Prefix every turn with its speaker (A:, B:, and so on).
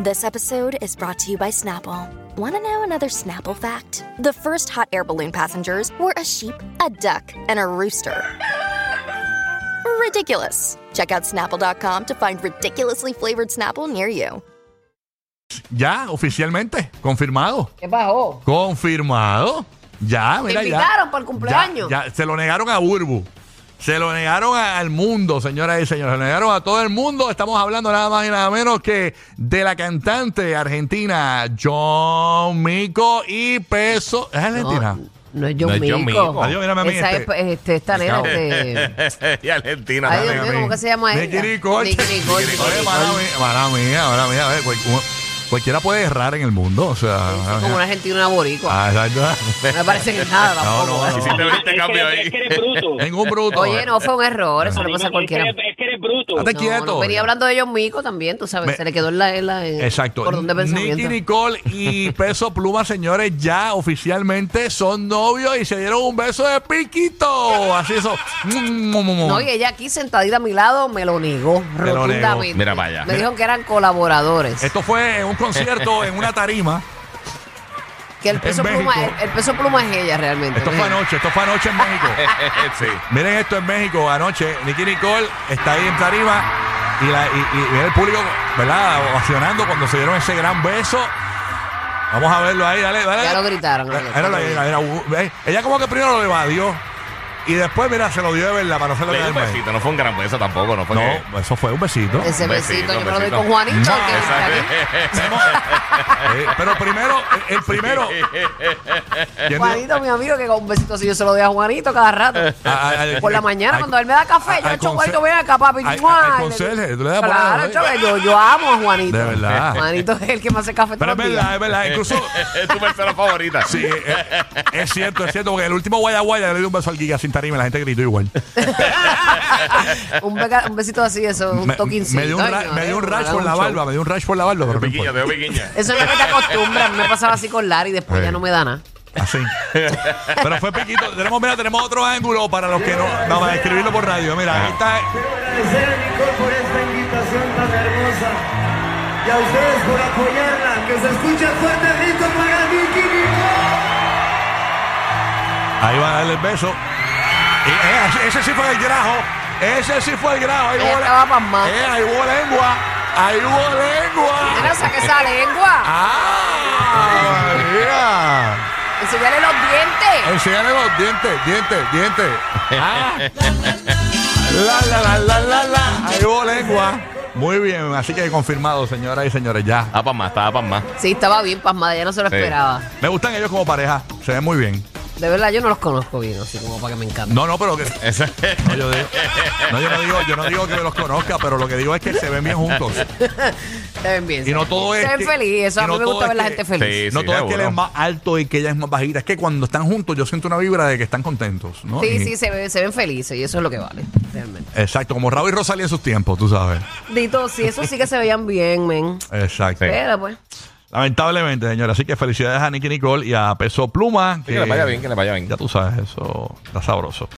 A: This episode is brought to you by Snapple. Want to know another Snapple fact? The first hot air balloon passengers were a sheep, a duck, and a rooster. Ridiculous. Check out snapple.com to find ridiculously flavored Snapple near you.
B: Ya, oficialmente, confirmado.
C: ¿Qué pasó?
B: Confirmado. Ya,
C: Te
B: mira, ya.
C: invitaron para el cumpleaños.
B: Ya, ya, se lo negaron a Burbu. Se lo negaron a- al mundo, señoras y señores. Se lo negaron a todo el mundo. Estamos hablando nada más y nada menos que de la cantante argentina John Mico y Peso. ¿Es argentina?
C: No es John
D: No es John
C: Mico.
D: Mico.
B: Adiós, mírame a mí,
C: Esa
B: este.
C: es este, esta nena.
B: Chao.
C: este-
D: y Argentina.
C: Ay,
D: dale.
C: Dios mío, ¿cómo que se llama ella?
B: Nicki Nicole.
C: Nicki Nicole.
B: Nicki Nicole. Oye, mala mía, mala mía, mala mía. A ver, cual- Cualquiera puede errar en el mundo. O sea,
C: Como una argentina una boricua.
B: Ah, exacto.
C: No me parece que es nada
B: No,
C: tampoco.
B: no,
C: ¿eh?
B: no.
D: Hiciste este cambio
E: eres-
D: ahí.
E: que eres bruto.
B: En un bruto.
C: Oye, no, fue un error. Eso le
E: Animal,
C: pasa a cualquiera.
E: Es que eres, es que eres bruto.
B: Hasta
C: No,
B: quieto.
C: no, venía hablando de John Mico también, tú sabes.
B: Me-
C: Se le quedó en la... en la- en-
B: Exacto.
C: Por donde pensamiento.
B: Nicky Nicole y Peso Pluma, señores, ya oficialmente son novios y se dieron un beso de piquito. Así eso. Mm,
C: No, y ella aquí sentadita a mi lado me lo negó
B: Te lo negó.
C: rotundamente.
D: Mira para allá.
C: Me dijo que eran colaboradores.
B: Esto fue en un concierto, en una tarima.
C: que el peso,
B: México.
C: pluma, el, el peso pluma es ella realmente.
B: Esto fue anoche, esto fue anoche en México.
D: sí.
B: Miren esto en México, anoche. Nicky Nicole está ahí en tarima. Y, la, y, y mira el público, ¿verdad? Ovacionando cuando se dieron ese gran beso. Vamos a verlo ahí, dale, dale.
C: Ya lo gritaron.
B: Era- era la- era- era- uh, eh, ella como que primero lo evadió y después, mira, se lo dio de verdad para no hacerlo
D: Le di un
B: daño.
D: besito, pues, no fue un gran beso tampoco, no fue que-
B: No, eso fue un besito.
C: Ese
D: Un
C: besito,
D: besito,
C: yo
D: un
C: me lo doy
D: besito.
C: con Juanito.
B: No,
C: que
B: esa
C: está aquí.
B: Eh, pero primero, el, el primero. ¿Quién dijo?
C: Juanito, mi amigo, que con un besito así yo se lo doy a Juanito cada rato.
B: A- a- a-
C: Por la mañana,
B: a-
C: cuando él me da café,
B: al
C: yo le echo
B: conser-
C: Juanito, ven acá, papi.
B: al-
C: ¡Mua!
B: al conserje, tú le das por
C: Claro,
B: ahí.
C: choque, yo, yo amo a Juanito.
B: De verdad.
C: Juanito es el que me hace café
B: Pero
C: todos
B: es
C: los días.
B: verdad, es verdad. Incluso.
D: es tu persona favorita.
B: Sí, eh, eh, es cierto, es cierto, porque el último guaya guaya le dio un beso al Giga sin tarima y la gente gritó igual.
C: un, beca- un besito así, eso, un
B: Me,
C: toquincito.
B: me dio un,
C: Ay,
B: ra-
C: no,
B: me dio un
C: no,
B: rash
C: hagan
B: por
C: un
B: la
C: show.
B: barba, me dio un rash por la barba, pero no
D: Piquiña, te
B: importa.
D: veo piquiña.
C: Eso es lo que te acostumbras. Me pasaba así con Larry, después
B: Sí.
C: ya no me da nada.
B: Así. Pero fue piquito. Tenemos, mira, tenemos otro ángulo para los que no. No, para escribirlo por radio. Mira, aquí está.
F: Quiero agradecer a Nicole por esta invitación tan hermosa y a ustedes por apoyarla. Que se escucha fuerte el grito para Nicky Nicole.
B: Ahí va a darle el beso. Y, eh, ese- ese sí fue el grajo. Ese sí fue el grajo. Ahí
C: Ella
B: hubo,
C: estaba pasmada.
B: eh, ahí hubo lengua. Ahí hubo
C: Mira,
B: lengua.
C: saca esa lengua.
B: ¡Ah! Mira.
C: Enseñale los dientes.
B: Enseñale los dientes, dientes, dientes. Ah. La, la, la, la, la, la. Ahí hubo lengua. Muy bien, así que confirmado, señoras y señores, ya.
D: Ah, para más, estaba para más.
C: Sí, estaba bien pasmada, ya no se lo
D: Sí.
C: esperaba.
B: Me gustan ellos como pareja, se ven muy bien.
C: De verdad, yo no los conozco bien, así como para que me encante.
B: No, no, pero que.
D: Esa-
B: No, yo, digo, no, yo no digo, yo no digo que los conozca, pero lo que digo es que se ven bien juntos.
C: Se ven bien.
B: Y no todo
C: Se
B: es.
C: ven
B: que-
C: feliz, eso
B: y
C: a mí
B: no
C: me
B: todo
C: gusta
B: es
C: ver la
B: que-
C: gente feliz.
D: Sí,
B: no todo es que él
D: seguro.
B: es más alto y que ella es más bajita. Es que cuando están juntos, yo siento una vibra de que están contentos, ¿no?
C: Sí,
B: Y-
C: sí, se, ve- se ven felices y eso es lo que vale, realmente.
B: Exacto, como Raúl y Rosalía en sus tiempos, tú sabes.
C: Dito, sí, eso sí que se veían bien, men.
B: Exacto.
D: Sí.
C: Pero pues,
B: Lamentablemente, señora. Así que felicidades a Nicky Nicole y a Peso Pluma.
D: Sí, que le vaya bien, que le vaya bien.
B: Ya tú sabes, eso está sabroso.